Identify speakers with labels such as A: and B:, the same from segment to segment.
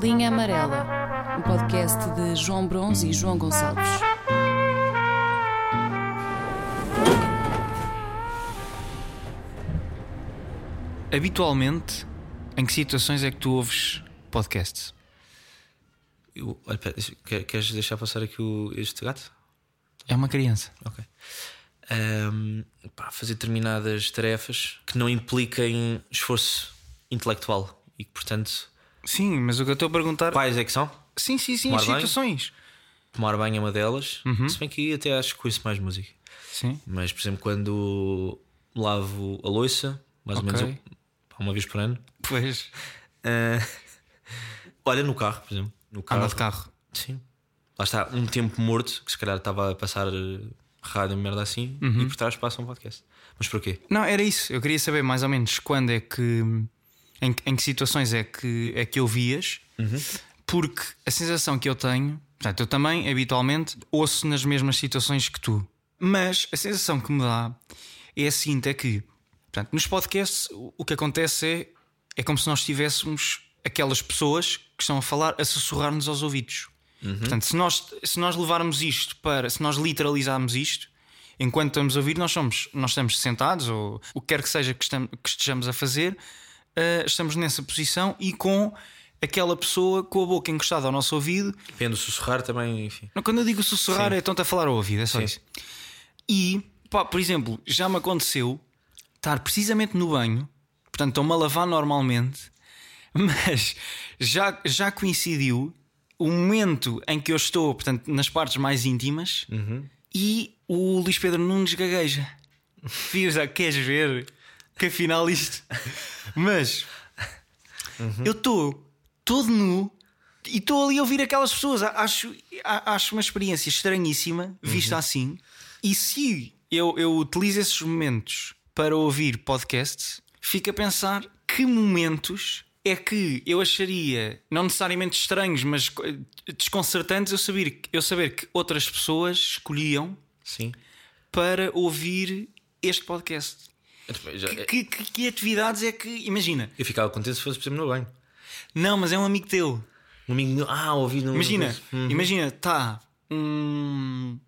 A: Linha Amarela, um podcast de João Bronze e João Gonçalves.
B: Habitualmente, em que situações é que tu ouves podcasts?
C: Eu- olha, pera, deixa- quer- queres deixar passar aqui o- este gato?
B: É uma criança.
C: Ok. Ahm, pá, fazer determinadas tarefas que não impliquem esforço intelectual e que, portanto,
B: Sim, mas o que eu estou a perguntar.
C: quais é que são?
B: Sim, sim, sim,
C: Tomar
B: as
C: banho?
B: situações.
C: Tomar banho é uma delas, se bem que aí até acho que conheço mais música.
B: Sim.
C: Mas, por exemplo, quando lavo a louça, mais
B: Ok.
C: ou menos pá, uma vez por ano,
B: Pois.
C: ah, olha no carro, por exemplo. No carro.
B: Anda de carro.
C: Sim. Lá está, um tempo morto, que se calhar estava a passar eh, rádio e merda assim, e por trás passa um podcast. Mas porquê?
B: Não, era isso. Eu queria saber mais ou menos quando é que. Em, que- em que situações é que, é que ouvias,
C: Uhum.
B: porque a sensação que eu tenho. Portanto, eu também, habitualmente, ouço nas mesmas situações que tu. Mas a sensação que me dá é a seguinte: é que. Portanto, nos podcasts, o o que acontece é. É como se nós tivéssemos aquelas pessoas que estão a falar, a sussurrar-nos aos ouvidos. Portanto, se nós, se nós levarmos isto para. Se nós literalizarmos isto, enquanto estamos a ouvir, nós, somos, nós estamos sentados, ou o que quer que seja que, estamos, que estejamos a fazer, ah, estamos nessa posição e com aquela pessoa com a boca encostada ao nosso ouvido.
C: Depende do sussurrar também, enfim.
B: Não, Quando eu digo sussurrar, é tanto a falar ao ouvido, é só
C: Sim.
B: isso. E, pá, por exemplo, já me aconteceu estar precisamente no banho, portanto, estou-me a lavar normalmente, mas já, já coincidiu o momento em que eu estou, portanto, nas partes mais íntimas e o Luís Pedro Nunes gagueja. Fiz, ah, queres ver que afinal isto. Mas eu estou todo nu e estou ali a ouvir aquelas pessoas. A- Acho, a- acho uma experiência estranhíssima, vista assim. E se eu, eu utilizo esses momentos para ouvir podcasts, fico a pensar que momentos é que eu acharia, não necessariamente estranhos, mas co- desconcertantes, eu saber, eu saber que outras pessoas escolhiam
C: Sim.
B: para ouvir este podcast.
C: Eu, também já-
B: Que, que- que atividades é que. Imagina,
C: eu ficava contente se fosse, por exemplo, no banho.
B: não, mas é um amigo teu.
C: Um amigo meu, ah, ouvi no.
B: Hum, Imagina,
C: Uhum.
B: imagina, tá. hum,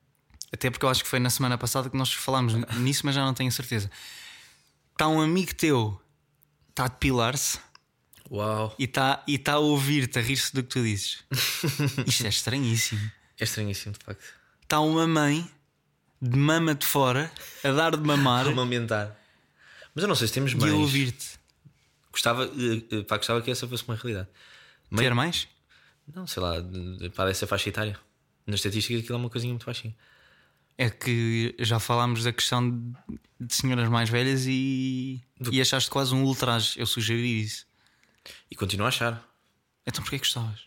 B: até porque eu acho que foi na semana passada que nós falámos n- nisso, mas já não tenho certeza. Está um amigo teu, está a depilar-se
C: Uau,
B: e está e tá a ouvir-te, a rir-se do que tu dizes. Isto é estranhíssimo.
C: é estranhíssimo, de facto.
B: Está uma mãe de mama de fora a dar de mamar e
C: Amamentar. Mas eu não sei se temos
B: a
C: mais.
B: ouvir-te.
C: Gostava, eh, eh, pá, gostava que essa fosse uma realidade. Mãe-
B: Quer mais?
C: Não, sei lá, eh, pá, dessa faixa etária. Na estatística, aquilo é uma coisinha muito baixinha.
B: É que já falámos da questão de- de senhoras mais velhas e, e achaste quase um ultraje. Eu sugeri isso.
C: E continuo a achar.
B: Então porquê que gostavas?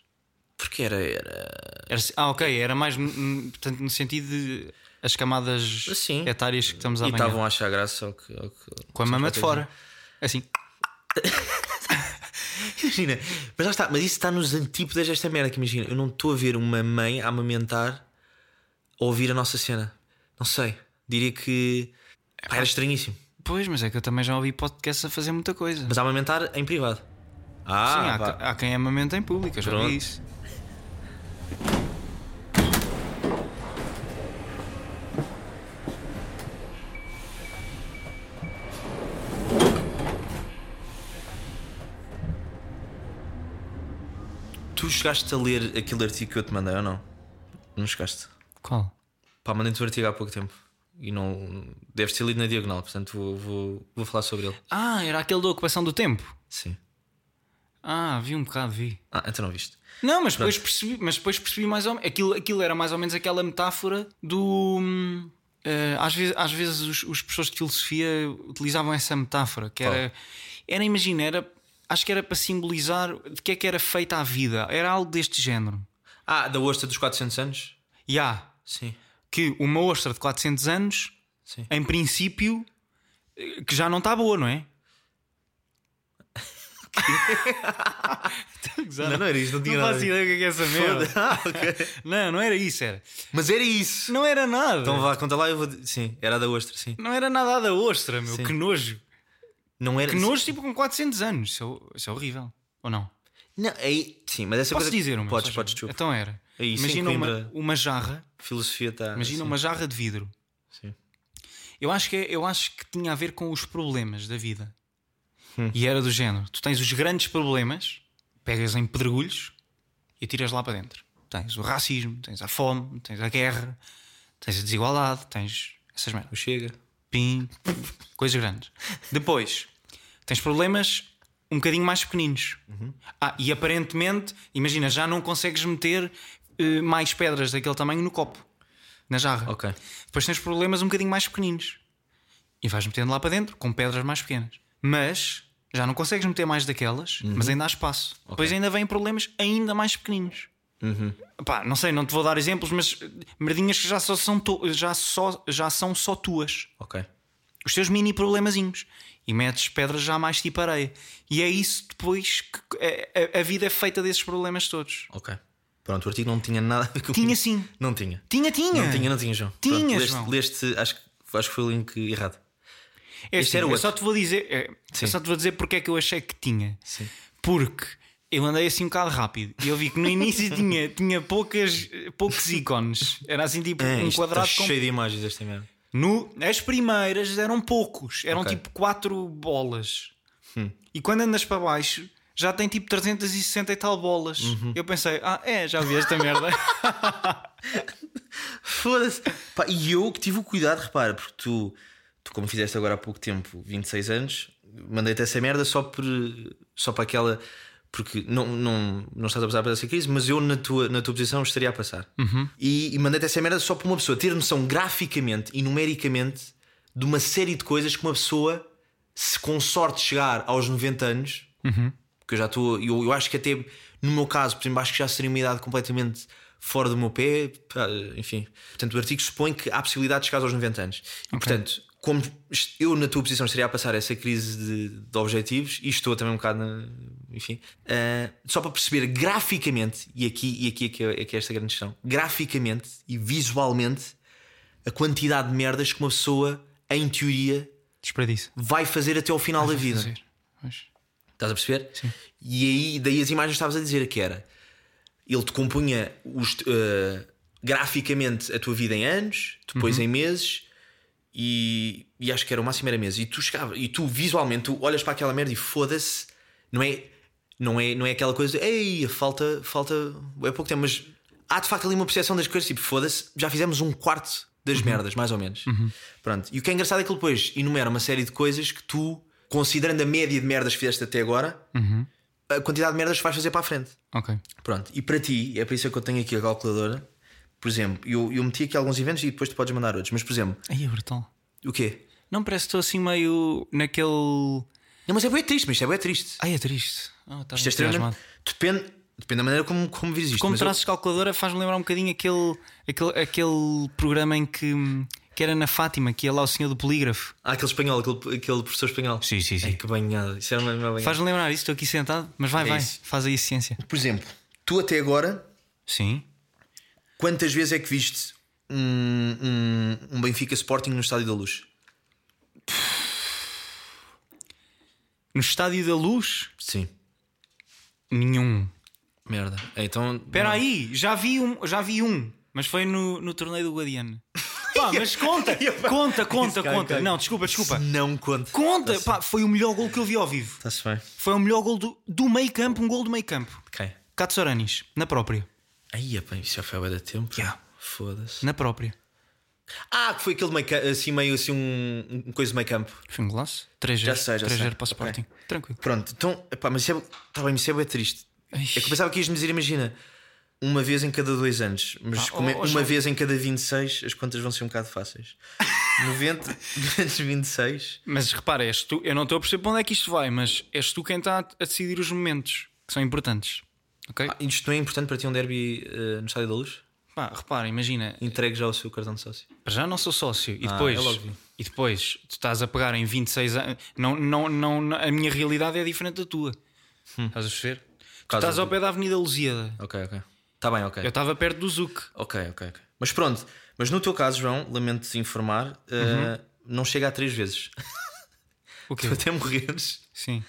C: Porque era. era...
B: Era se- ah, ok, era mais n- n- portanto, no sentido de as camadas
C: Sim.
B: etárias que estamos a
C: E
B: apanhar.
C: estavam a achar graça ao que. ao que-
B: Com a mama de fora. Assim,
C: Imagina, mas lá está, mas isso está nos antípodas desta merda que imagina. Eu não estou a ver uma mãe a amamentar a ouvir a nossa cena. Não sei. Diria que pá, era estranhíssimo.
B: pois, mas é que eu também já ouvi podcasts a fazer muita coisa.
C: Mas a amamentar em privado.
B: Sim,
C: Ah,
B: há,
C: pá.
B: ca- há quem amamenta em público, eu já
C: Pronto.
B: vi isso.
C: tu chegaste a ler aquele artigo que eu te mandei ou não? Não chegaste.
B: Qual?
C: Pá, mandei-te o artigo há pouco tempo. E não. Deves ter lido na diagonal, portanto vou, vou, vou falar sobre ele.
B: Ah, era aquele da ocupação do tempo.
C: Sim.
B: Ah, vi um bocado, vi.
C: Ah, então não viste.
B: Não, mas depois percebi, mas depois percebi mais ou menos. Aquilo, aquilo era mais ou menos aquela metáfora do. hum, eh, às vezes, às vezes os, os professores de filosofia utilizavam essa metáfora, que era. Era, imagina, era. Acho que era para simbolizar de que é que era feita a vida. Era algo deste género.
C: Ah, da ostra dos 400 anos?
B: E há
C: Sim.
B: que uma ostra de 400 anos,
C: Sim.
B: em princípio, eh, que já não está boa, não é?
C: Tá Não, não era isto, não tinha nada. a
B: faço
C: ver.
B: ideia do que é essa merda.
C: Ah, ok.
B: Não, não era isso, era.
C: Mas era isso.
B: Não era nada.
C: Então vá, conta lá, eu vou. Sim, era a da ostra, sim.
B: Não era nada da ostra, meu.
C: Sim.
B: Que nojo.
C: Não era.
B: Que nojo, tipo, com 400 anos. Isso é, isso é horrível. Ou não?
C: Não, aí. Sim, Então, mas essa
B: Posso
C: coisa.
B: dizer uma?
C: Podes,
B: Só-
C: podes, desculpa.
B: Então era.
C: É isso, em
B: imagina uma,
C: Coimbra.
B: uma jarra,
C: Filosofia está.
B: imagina
C: sim.
B: uma jarra de vidro.
C: Sim.
B: Eu acho que, é- eu acho que tinha a ver com os problemas da vida.
C: Hum.
B: E era do género: tu tens os grandes problemas, pegas em pedregulhos e tiras lá para dentro. Tens o racismo, tens a fome, tens a guerra, tens a desigualdade, tens essas merdas.
C: O Chega.
B: Pim, coisas grandes. Depois, tens problemas um bocadinho mais pequeninos. Ah, e aparentemente, imagina, já não consegues meter eh, mais pedras daquele tamanho no copo, na jarra.
C: Ok.
B: Depois tens problemas um bocadinho mais pequeninos. E vais metendo lá para dentro com pedras mais pequenas. Mas já não consegues meter mais daquelas, mas ainda há espaço. Depois ainda vêm problemas ainda mais pequeninos. Pá, não sei, não te vou dar exemplos, mas eh, merdinhas que já só são, tu- já só, já são só tuas
C: Ok.
B: os teus mini problemazinhos e metes pedras já mais tipo areia. E é isso depois que a, a- a vida é feita desses problemas todos.
C: Ok. Pronto, o artigo não tinha nada a ver com
B: Tinha sim.
C: Não tinha.
B: Tinha, tinha.
C: Não tinha, não tinha, João.
B: Tinha,
C: Pronto, leste,
B: João.
C: leste- acho, que- acho que foi o link errado.
B: É
C: Este
B: assim,
C: era
B: eu
C: outro.
B: só te vou dizer, é, eu só te vou dizer porque é que eu achei que tinha.
C: Sim.
B: Porque eu andei assim um bocado rápido e eu vi que no início tinha, tinha poucas, poucos ícones. Era assim tipo
C: É,
B: um
C: isto
B: quadrado
C: está
B: com.
C: cheio de imagens esta merda.
B: No, as primeiras eram poucos, eram
C: Ok. Hum.
B: tipo quatro bolas. E quando andas para baixo, já tem tipo 360 e tal bolas.
C: Uhum.
B: Eu pensei, ah, é, já vi esta merda.
C: Foda-se. Pá, E eu que tive o cuidado, repara, porque tu, tu, como fizeste agora há pouco tempo, 26 anos, mandei-te essa merda só, por, só para aquela. Porque não, não, não estás a passar por essa crise, mas eu, na tua, na tua posição, estaria a passar. E, e mandei-te essa merda só para uma pessoa ter noção graficamente e numericamente de uma série de coisas que uma pessoa, se com sorte chegar aos 90 anos, porque eu já estou, eu, eu acho que até no meu caso, por exemplo, acho que já seria uma idade completamente fora do meu pé, pá, enfim. Portanto, o artigo supõe que há possibilidade de chegar aos 90 anos. E, portanto, como est- eu na tua posição estaria a passar essa crise de, de objetivos, e estou também um bocado, na- enfim, ah, só para perceber graficamente, e aqui, e aqui é, que é, é que é esta grande questão, graficamente e visualmente, a quantidade de merdas que uma pessoa, em teoria,
B: Desperdiça.
C: vai fazer até ao final da vida.
B: Fazer. Mas-
C: Estás a perceber? E aí, daí as imagens que estavas a dizer que era. Ele te compunha os, eh, graficamente a tua vida em anos, depois em meses, e, e acho que era o máximo era meses. E tu chegava, e tu visualmente tu olhas para aquela merda e foda-se, não é, não é, não é aquela coisa, de, ei, falta, falta, é pouco tempo, mas há de facto ali uma percepção das coisas, tipo, foda-se, já fizemos um quarto das merdas, mais ou menos. Pronto. E o que é engraçado é que ele depois enumera uma série de coisas que tu, considerando a média de merdas que fizeste até agora, a quantidade de merdas que vais fazer para a frente.
B: Ok.
C: Pronto, e para ti, é por isso que eu tenho aqui a calculadora. Por exemplo, eu, eu meti aqui alguns eventos e depois tu podes mandar outros. Mas, por exemplo,
B: Aí é brutal.
C: o quê?
B: Não, parece que estou assim meio naquele.
C: Não, mas é bem triste, mas isto é bem triste.
B: Ai, é triste. Ah, estava
C: Isto é
B: entusiasmado.
C: extremamente. Depende, depende da maneira como, como vires isto.
B: Como
C: mas eu-
B: traças calculadora faz-me lembrar um bocadinho aquele, aquele, aquele programa em que, que era na Fátima, que ia lá o senhor do polígrafo.
C: Ah, aquele espanhol, aquele, aquele professor espanhol.
B: Sim, sim, sim.
C: Ai, que banhada. Isso era uma, uma banhada.
B: Faz-me lembrar isso, estou aqui sentado, mas vai,
C: É
B: vai,
C: isso.
B: faz aí ciência.
C: Por exemplo, tu até agora,
B: Sim.
C: quantas vezes é que viste um, um, um Benfica Sporting no Estádio da Luz?
B: No Estádio da Luz?
C: Sim.
B: Nenhum.
C: Merda. Então.
B: Espera aí, já vi um, já vi um mas foi no, no torneio do Guadiana. Pá, mas conta, conta, conta,
C: cai,
B: conta.
C: cai.
B: Não, desculpa, desculpa.
C: Não conta.
B: Conta, pá, foi o melhor gol que eu vi ao vivo.
C: Está-se bem.
B: Foi o melhor gol do, do meio campo, um gol do meio campo.
C: Ok.
B: Catsoranis, na própria.
C: Aí, epá, isso já foi há bué de tempo.
B: Já.
C: Foda-se.
B: Na própria.
C: Ah, que foi aquele meio campo, assim, meio assim, um, um coisa de meio campo.
B: Foi um golaço? 3
C: Já sei, já
B: 3
C: sei.
B: para o Sporting. Tranquilo.
C: Pronto, então, epá, mas isso é, tá bem, isso é bué triste.
B: Ai.
C: É que eu pensava que ias-me dizer, imagina, uma vez em cada dois anos, mas
B: Ah,
C: como é
B: ó, ó,
C: uma
B: João.
C: vez em cada 26, as contas vão ser um bocado fáceis. 90 menos 26.
B: Mas repara, és tu, eu não estou a perceber para onde é que isto vai, mas és tu quem está a a decidir os momentos que são importantes. Ok?
C: Ah, isto não é importante para ti um derby eh, no Estádio da Luz?
B: Pá, repara, imagina,
C: Entregue já o seu cartão de sócio.
B: Para já não sou sócio. E depois,
C: é logo.
B: e depois tu estás a pegar em 26 anos. Não, não, não, não- a minha realidade é diferente da tua.
C: Hum.
B: Estás a perceber? Tu
C: Caso
B: estás
C: eu-
B: ao pé da Avenida Lusíada.
C: Ok, ok. Está Tá bem, ok.
B: Eu estava perto do Zuc.
C: Ok, ok, ok. Mas pronto, mas no teu caso, João, lamento-te informar, Uhum. eh, não chega a três vezes.
B: O quê?
C: Tu até morreres.
B: Sim.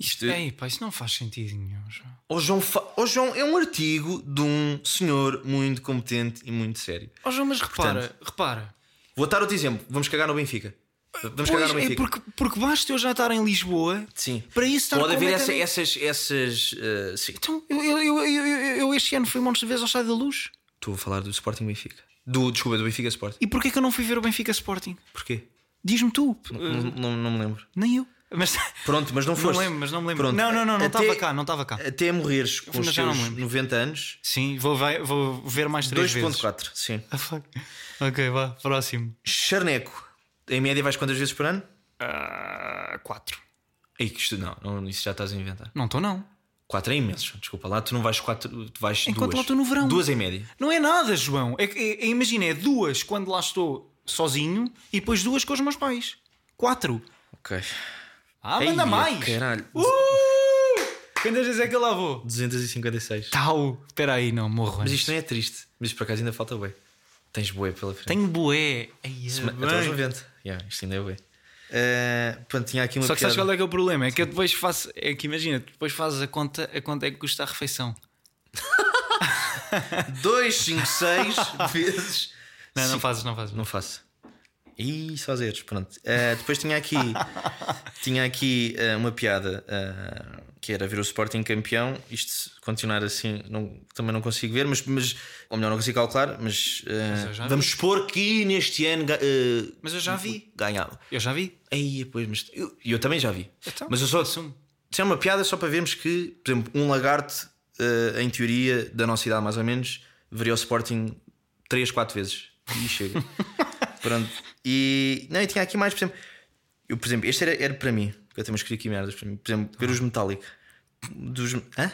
B: Isto,
C: Isto-
B: Ei, pá, isso não faz sentido nenhum. João.
C: Ó João, fa... ó João é um artigo de um senhor muito competente e muito sério.
B: Ó João, mas repara, repara.
C: Vou dar outro exemplo. Vamos cagar no Benfica. Vamos cagar
B: Pois,
C: no
B: é
C: Benfica.
B: porque, porque basta eu já estar em Lisboa
C: Sim.
B: para isso estar
C: Pode haver essa-
B: completamente-
C: essas. essas eh, sim.
B: Então, eu, eu, eu, eu, eu- eu este ano fui um monte de vezes ao Estádio da Luz.
C: Estou a falar do Sporting Benfica. Do, desculpa, do Benfica Sporting.
B: E porquê que eu não fui ver o Benfica Sporting?
C: Porquê?
B: Diz-me tu.
C: Não, não- não me lembro.
B: Nem eu. Mas
C: Pronto, mas não
B: Hum. não
C: foste.
B: lembro, mas não me lembro.
C: Pronto.
B: Não, não, não, não
C: Até-
B: estava cá, não estava cá.
C: Até morreres com
B: Mas
C: os
B: já não
C: teus
B: me lembro.
C: 90 anos,
B: Sim, vou, vai- vou ver mais três vezes.
C: 2.4. Sim.
B: Ah, fuck. ok, vá, próximo.
C: Charneco. Em média vais quantas vezes por ano?
B: Ah, quatro.
C: Ei, que isto, não, não, isso já estás a inventar.
B: Não estou, não.
C: 4 é imenso, desculpa lá, tu não vais 4, tu vais
B: Enquanto
C: duas.
B: lá estou no verão.
C: Duas em média.
B: Não é nada, João. É, que- é, é- imagina, é duas quando lá estou sozinho e depois duas com os meus pais. Quatro.
C: Ok.
B: Ah,
C: Ei,
B: manda mais!
C: Caralho.
B: Quantas vezes é que eu lá vou?
C: 256.
B: Tal. Espera aí, não, morro.
C: Mas
B: antes.
C: isto não é triste, mas por acaso ainda falta bué. Tens bué pela frente.
B: Tenho boé. Ai, é
C: Mas- Até aos
B: bem.
C: 90. Yeah, isto ainda é bué. Eh, pronto, tinha aqui uma
B: Só que sabes
C: piada.
B: qual é que é o problema? É que eu depois faço. É que imagina, tu depois fazes a conta a quanto é que custa a refeição.
C: é? 256 vezes.
B: Não, não
C: Sim.
B: fazes, não fazes.
C: Não faço. E só zeros, pronto. Eh, depois tinha aqui, tinha aqui eh, uma piada eh, que era ver o Sporting campeão. Isto se continuar assim, não- também não consigo ver, mas, mas ou melhor, não consigo calcular. Mas eh,
B: Mas eu já vi.
C: vamos supor que neste ano ga- eh,
B: Mas eu já vi.
C: ganhava.
B: Eu já vi.
C: Aí, pois, mas eu, eu também já vi.
B: Então,
C: mas eu só
B: assumo.
C: Isso é uma piada só para vermos que, por exemplo, um lagarto, eh, em teoria, da nossa idade mais ou menos, veria o Sporting 3, 4 vezes. E chega. Pronto. E, não, e tinha aqui mais, por exemplo, eu, por exemplo este era, era para mim, que eu também escrevi aqui merdas para mim. Por exemplo, ver os Metallica. Dos, hã?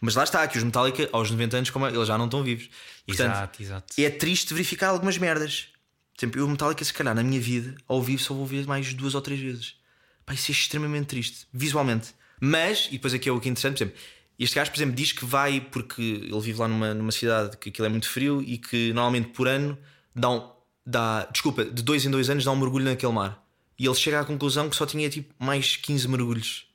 C: Mas lá está, que os Metallica, aos 90 anos, como é, eles já não estão vivos. Portanto,
B: exato, exato.
C: é triste verificar algumas merdas. Por exemplo, eu Metallica, se calhar, na minha vida, ao vivo, só vou ver mais duas ou três vezes. Pá, isso é extremamente triste, visualmente. Mas, e depois aqui é o que é interessante, por exemplo, este gajo, por exemplo, diz que vai porque ele vive lá numa, numa cidade que aquilo é muito frio e que normalmente por ano dá um. Dá, desculpa, de dois em dois anos dá um mergulho naquele mar. E ele chega à conclusão que só tinha tipo mais 15 mergulhos,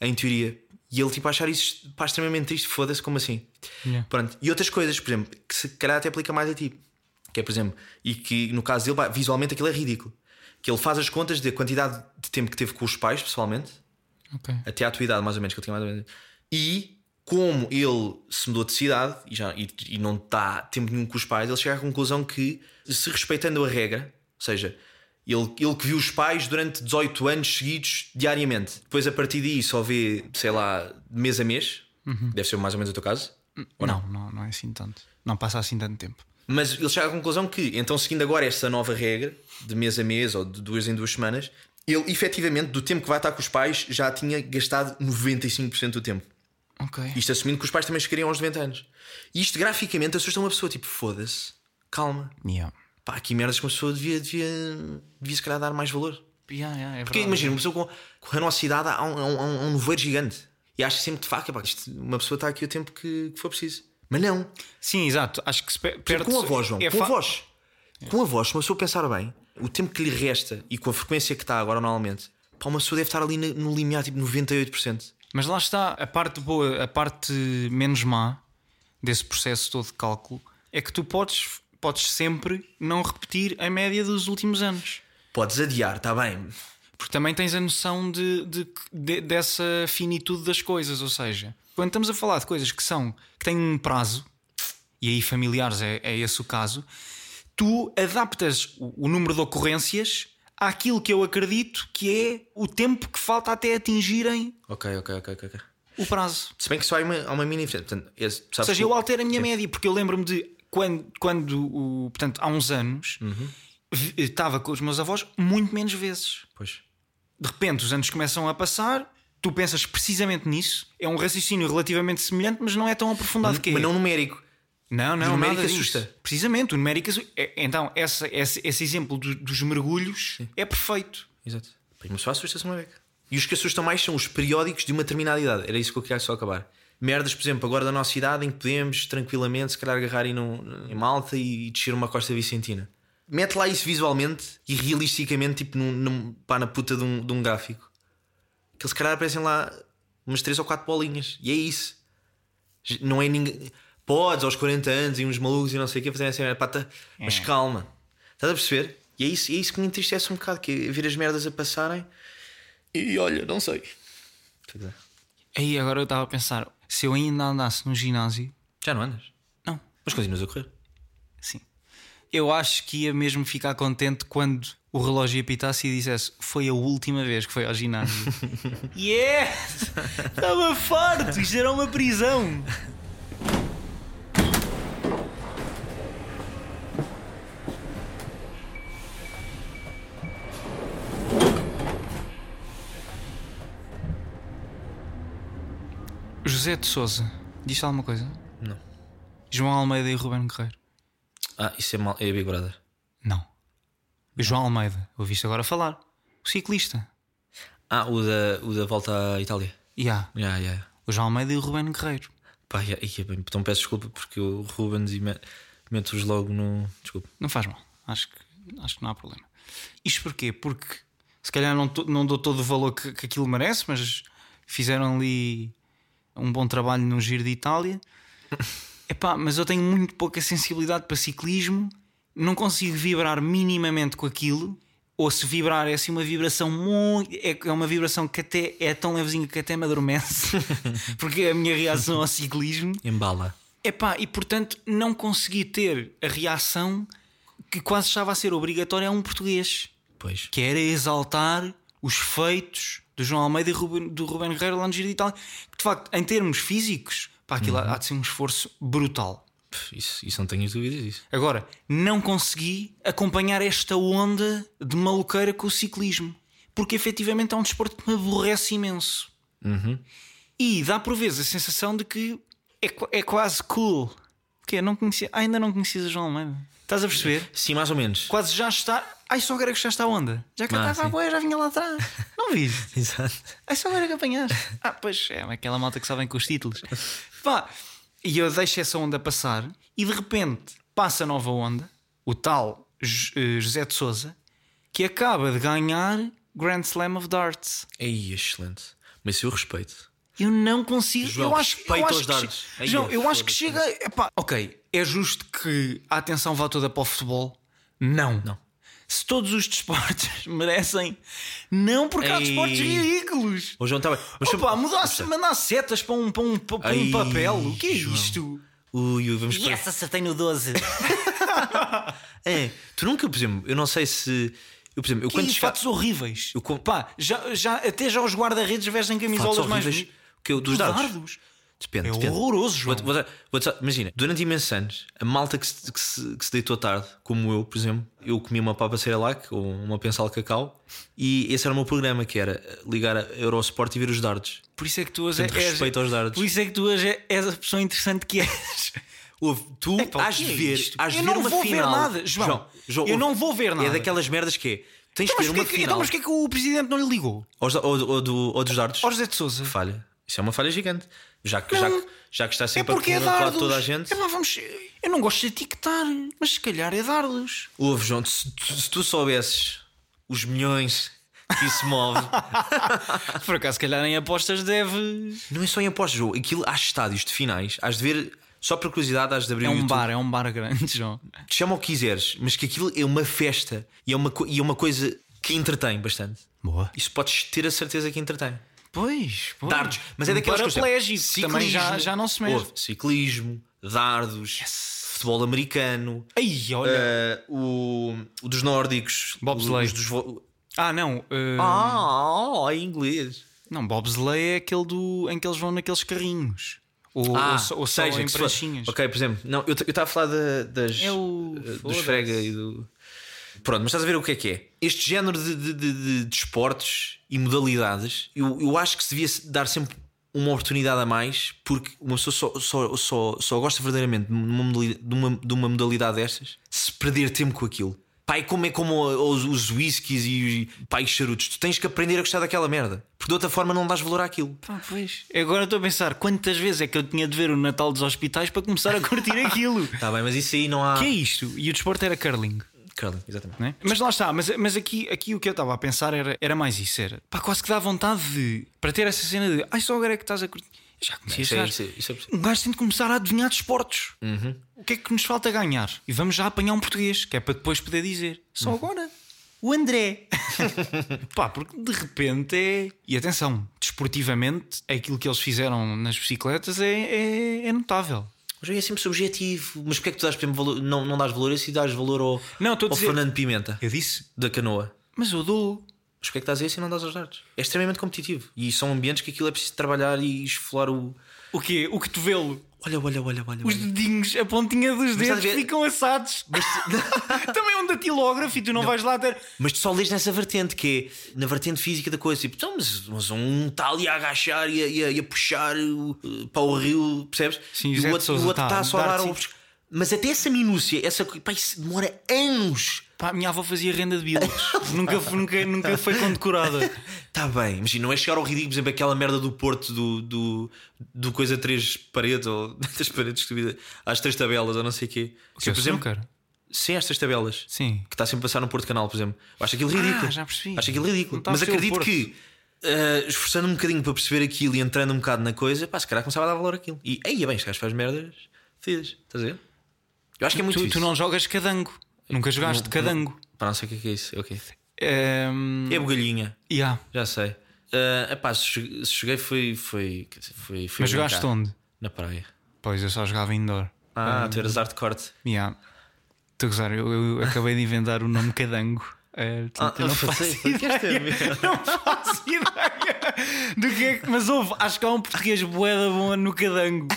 C: em teoria. E ele tipo a achar isso pá, extremamente triste, foda-se, como assim?
B: Yeah.
C: Pronto. E outras coisas, por exemplo, que se calhar até aplica mais a ti. Que é, por exemplo, e que no caso dele, pá, visualmente aquilo é ridículo. Que ele faz as contas da quantidade de tempo que teve com os pais, pessoalmente,
B: Ok.
C: até à tua idade, mais ou menos, que ele tinha mais ou menos. E como ele se mudou de cidade e, já, e, e não está tempo nenhum com os pais, ele chega à conclusão que, se respeitando a regra, ou seja, ele, ele que viu os pais durante 18 anos seguidos diariamente, depois a partir daí só vê, sei lá, de mês a mês, deve ser mais ou menos o teu caso,
B: Não, não, não é assim tanto. Não passa assim tanto tempo.
C: Mas ele chega à conclusão que, então, seguindo agora esta nova regra, de mês a mês ou de duas em duas semanas, ele efetivamente, do tempo que vai estar com os pais, já tinha gastado 95% do tempo.
B: Ok.
C: Isto assumindo que os pais também chegariam aos 90 anos. E isto graficamente assusta uma pessoa, tipo, foda-se, calma.
B: Yeah.
C: Pá, que merdas que uma pessoa devia, devia, devia se calhar dar mais valor.
B: Yeah, yeah, é
C: Porque
B: verdade.
C: imagina, uma pessoa com, com a nossa idade há um, há um, há um- há um nevoeiro gigante. E acha sempre de faca, pá, isto, uma pessoa está aqui o tempo que, que for preciso. Mas não,
B: Sim, exato. Acho que se per- perde
C: com a voz, João,
B: é
C: com a
B: fa-
C: voz. Com a voz, se uma pessoa pensar bem, o tempo que lhe resta e com a frequência que está agora normalmente, pá, uma pessoa deve estar ali no no limiar tipo 98%.
B: Mas lá está a parte boa, a parte menos má desse processo todo de cálculo é que tu podes, podes sempre não repetir a média dos últimos anos.
C: Podes adiar, está bem.
B: Porque também tens a noção de, de- de- dessa finitude das coisas, ou seja, quando estamos a falar de coisas que são que têm um prazo, e aí familiares é, é esse o caso, tu adaptas o, o número de ocorrências àquilo que eu acredito que é o tempo que falta até atingirem
C: Ok, ok, ok, ok. ok.
B: o prazo.
C: Se bem que só há uma, há uma mini diferença. Portanto, esse-
B: Ou
C: sabes
B: seja,
C: que-
B: eu altero a minha média, porque eu lembro-me de quando, quando o, portanto, há uns anos
C: Uhum.
B: vi- estava com os meus avós muito menos vezes.
C: Pois.
B: de repente os anos começam a passar, tu pensas precisamente nisso, é um raciocínio relativamente semelhante, mas não é tão aprofundado que é.
C: Mas não numérico.
B: não, não,
C: numérico
B: nada disso.
C: assusta.
B: Precisamente, o numérico assusta. É, Então, essa, esse, esse exemplo do- dos mergulhos é perfeito.
C: Exato. Pá, Uma pessoa assusta-se uma beca. E os que assustam mais são os periódicos de uma determinada idade. Era isso que eu queria só acabar. Merdas, por exemplo, agora da nossa idade em que podemos tranquilamente, se calhar, agarrar em, num- em Malta e, e descer uma costa vicentina. Mete lá isso visualmente e realisticamente, tipo, num, num, pá, na puta de um, de um gráfico. que eles, se calhar, aparecem lá umas 3 ou 4 bolinhas. E é isso. Não é ninguém. Podes aos 40 anos e uns malucos e não sei o que fazerem essa merda. Pá, tá- Mas calma. Estás a perceber? E é isso, é isso que me entristece um bocado, que é ver as merdas a passarem e olha, não sei. Pois é.
B: Aí agora eu estava a pensar: se eu ainda andasse no ginásio,
C: Já não andas?
B: não,
C: Mas continuas a correr.
B: sim. Eu acho que ia mesmo ficar contente quando o relógio apitasse e dissesse: Foi a última vez que foi ao ginásio. yes! Estava farto! Isto era uma prisão! José de Souza, diz alguma coisa?
C: Não.
B: João Almeida e Ruben Guerreiro?
C: Ah, isso é, mal, é Big Brother.
B: Não. O João Almeida, ouviste agora falar. O ciclista.
C: Ah, o da, o da volta à Itália.
B: E há
C: Já, já.
B: o João Almeida e o Ruben Guerreiro.
C: Pá, já, e é bem, então peço desculpa porque o Rubens e me- meto-os logo no. Desculpa.
B: Não faz mal. Acho que, acho que não há problema. Isto porquê? Porque se calhar não, to- não dou todo o valor que, que aquilo merece, mas fizeram ali um bom trabalho no Giro de Itália. Epá, mas eu tenho muito pouca sensibilidade para ciclismo, não consigo vibrar minimamente com aquilo, ou se vibrar é assim uma vibração muito. É é uma vibração que até é tão levezinha que até me adormece, porque é a minha reação ao ciclismo.
C: Embala.
B: Epá, e portanto não consegui ter a reação que quase estava a ser obrigatória a um português,
C: Pois.
B: que era exaltar os feitos do João Almeida e Ruben- do Ruben Guerreiro lá no Giro de Itália, que de facto, em termos físicos, pá, aquilo há de ser um esforço brutal.
C: Pff, Isso, isso não tenho dúvidas disso.
B: Agora, não consegui acompanhar esta onda de maluqueira com o ciclismo, porque efetivamente é um desporto que me aborrece imenso. E dá por vezes a sensação de que é, qu- é quase cool. Porque não conhecia, ah, ainda não conhecia João Almeida. Estás a perceber?
C: Sim, mais ou menos.
B: Quase já está. Ai, só agora é que já está a onda. Já que
C: Ah,
B: estava à
C: sim.
B: boia, já vinha lá atrás. Não viste?
C: Exato.
B: É só agora que apanhaste. Ah, pois é, aquela malta que sabem com os títulos. Pá, e eu deixo essa onda passar e de repente passa a nova onda, o tal J- eh, José de Souza, que acaba de ganhar Grand Slam of Darts.
C: Aí, excelente. Mas isso eu respeito.
B: Eu não consigo.
C: João,
B: eu acho,
C: respeita
B: eu acho
C: os
B: que,
C: dardos.
B: che-
C: Aí
B: João,
C: é,
B: eu acho que
C: foda-se.
B: chega. epá, ok, é justo que a atenção vá toda para o futebol? Não.
C: Não.
B: Se todos os desportos merecem, não porque há
C: Ei.
B: desportos ridículos.
C: Ô João, está bem. Mas
B: Mas Opa,
C: sabe-
B: mudasse, mandasse setas para um, para um, para um
C: Ai,
B: papel. O que é
C: João.
B: isto?
C: Ui, ui, vamos para.
B: acertei no 12.
C: É, tu nunca, por exemplo, eu não sei se. Eu, por exemplo, eu
B: Que
C: quando
B: isso,
C: chegava-
B: fatos horríveis.
C: Eu com-
B: Pá, já, já, até já os guarda-redes vestem
C: Fatos
B: camisolas mais.
C: horríveis que eu,
B: Dos
C: dos dados.
B: dardos.
C: Depende,
B: É
C: depende.
B: horroroso, João.
C: Vou-te- vou-te- vou-te só- imagina, durante imensos anos, a malta que se, que se- que se deitou à tarde, como eu, por exemplo, eu comia uma papa Cerelac ou uma pensal cacau e esse era o meu programa, que era ligar a Eurosport e ver os dardos.
B: Por isso é que tu hoje
C: Sempre respeito aos dardos.
B: Por isso é que tu hoje é- és a pessoa interessante que és.
C: Houve, tu
B: Epá, o
C: has
B: que
C: de
B: é
C: ver,
B: isto?
C: has de
B: Eu
C: ver
B: não
C: uma
B: vou ver
C: final.
B: nada, João. Eu
C: houve-
B: não vou ver nada.
C: É daquelas merdas que é. Tens
B: Então,
C: de
B: mas
C: ver
B: porquê
C: uma
B: que,
C: final.
B: então, mas porquê que o presidente não lhe ligou?
C: Aos da- Ou, ou do- ou dos dardos.
B: Ao José de Souza.
C: Falha. Isso é uma falha gigante. Já que, já,
B: Não.
C: que- já que está
B: É
C: sempre
B: porque é
C: a acumular
B: dardos.
C: toda a gente.
B: É, pá, vamos... Eu não gosto de etiquetar, mas se calhar é dardos.
C: Ouve, João, se, tu- se tu soubesses os milhões que isso move,
B: Por acaso, se calhar em apostas deve.
C: não é só em após jogo, aquilo há estádios de finais, has de ver, só por curiosidade, has de abrir
B: É
C: o
B: um
C: YouTube.
B: bar, é um bar grande, João.
C: Te chama o que quiseres, mas que aquilo é uma festa e é uma, co- e é uma coisa que entretém bastante.
B: Boa.
C: Isso podes ter a certeza que entretém.
B: Pois, pois.
C: Dardos, mas é daquelas coisas.
B: um paraplégico,
C: por exemplo,
B: também já, já não se mexe.
C: Ouve, ciclismo, dardos, futebol americano,
B: Ai, olha.
C: eh, o, o dos nórdicos,
B: Bobsleigh.
C: os dos vo-
B: Ah, não. eh,
C: Ah, em inglês.
B: Não, bobsleigh é aquele do... em que eles vão naqueles carrinhos. Ou, ou, só- ou só em
C: Ah, que se for-
B: pranchinhas.
C: Ok, por exemplo, não, eu estava a falar da- das,
B: É o-
C: eh, dos
B: foda-se.
C: frega e do. Pronto, mas estás a ver o que é que é? Este género de, de, de- de- de esportes e modalidades, eu, eu acho que se devia dar sempre uma oportunidade a mais, porque uma pessoa só, só, só, só gosta verdadeiramente de uma, modali- de, uma, de uma modalidade destas se perder tempo com aquilo. Pai, como é como os, os whiskies e os pai, charutos, tu tens que aprender a gostar daquela merda, porque de outra forma não dás valor àquilo.
B: Pá, pois. Agora estou a pensar quantas vezes é que eu tinha de ver o Natal dos Hospitais para começar a curtir aquilo.
C: Está bem, Tá mas isso aí não há.
B: que é isto? E o desporto era curling.
C: Curling, exatamente.
B: não é? Mas lá está, mas, mas aqui, aqui o que eu estava a pensar era, era mais isso: era pá, quase que dá vontade de, para ter essa cena de ai, só agora é que estás a curtir. Eu Já conhecia este
C: Isso é,
B: gajo.
C: isso é, isso é possível.
B: Um gajo tem de começar a adivinhar desportos.
C: Uhum.
B: O que é que nos falta ganhar? E vamos já apanhar um português, que é para depois poder dizer
C: Uhum.
B: só agora. O André. Pá, porque de repente é. E atenção, desportivamente, aquilo que eles fizeram nas bicicletas é, é- é notável.
C: O jogo é sempre subjetivo, mas porquê é que tu dás, por exemplo, valor, não, não dás valor a isso e dás valor ao,
B: Não, estou a
C: ao
B: dizer-
C: Fernando Pimenta
B: Eu disse,
C: da canoa?
B: mas eu dou.
C: Mas porquê é que dás a isso e não dás aos dardos? É extremamente competitivo e são ambientes que aquilo é preciso trabalhar e esfolar o.
B: O quê? O cotovelo.
C: Olha, olha, olha, olha.
B: Os
C: olha.
B: dedinhos, a pontinha dos
C: estás a
B: dedos
C: ver-
B: ficam assados. Também é um datilógrafo e tu não, vais lá ter.
C: Mas tu só lês nessa vertente, que é na vertente física da coisa. Tipo, então, mas, mas um está ali a agachar e a, e a- e a puxar o- eh, para o rio, percebes?
B: Sim, Zé
C: e o
B: de
C: outro
B: Sousa
C: está
B: tá a
C: só a dar
B: dar-te
C: um... Mas até essa minúcia, essa coisa, pá, isso demora anos.
B: Pá, a minha avó fazia renda de bilhas. nunca, foi- nunca, nunca foi condecorada.
C: Está bem, imagina, não é chegar ao ridículo, por exemplo, aquela merda do Porto do, do, do coisa três paredes ou das paredes que às três tabelas ou não sei o quê.
B: Que
C: Sim,
B: eu
C: por
B: sou,
C: exemplo,
B: cara.
C: sim, às três tabelas.
B: Sim.
C: que está sempre a passar no Porto Canal, por exemplo. Eu acho aquilo ridículo.
B: Ah, já percebi.
C: Acho aquilo ridículo.
B: Não tá a
C: Mas
B: perceber o
C: acredito
B: Porto.
C: que, eh, esforçando um bocadinho para perceber aquilo e entrando um bocado na coisa, pá, se calhar começava a dar valor àquilo. E aí, bem, este gajo faz merdas, fez. Estás a ver? Eu acho que é muito
B: Tu,
C: isso.
B: tu não jogas cadango. Nunca jogaste cadango.
C: Pá, não sei o que é, que é isso. É o quê?
B: Ehm,
C: É bugalhinha,
B: yeah.
C: já sei. Eh, epá, se joguei- se joguei foi. foi, quer dizer, foi, foi
B: Mas jogaste
C: brincar.
B: onde?
C: Na praia.
B: Pois, eu só jogava indoor.
C: Ah, tu eras arte corte.
B: Yeah. Estou a gozar, eu, eu acabei de inventar o nome cadango. Eh,
C: Ah,
B: portanto, eu não faço
C: ideia.
B: Não faço ideia do que é que. Mas houve, acho que há um português boeda bom no cadango.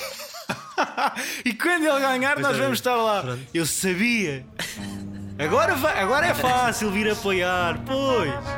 B: E quando ele ganhar, nós vamos estar lá. Eu sabia. Agora, vai- agora é fácil vir apoiar, pois.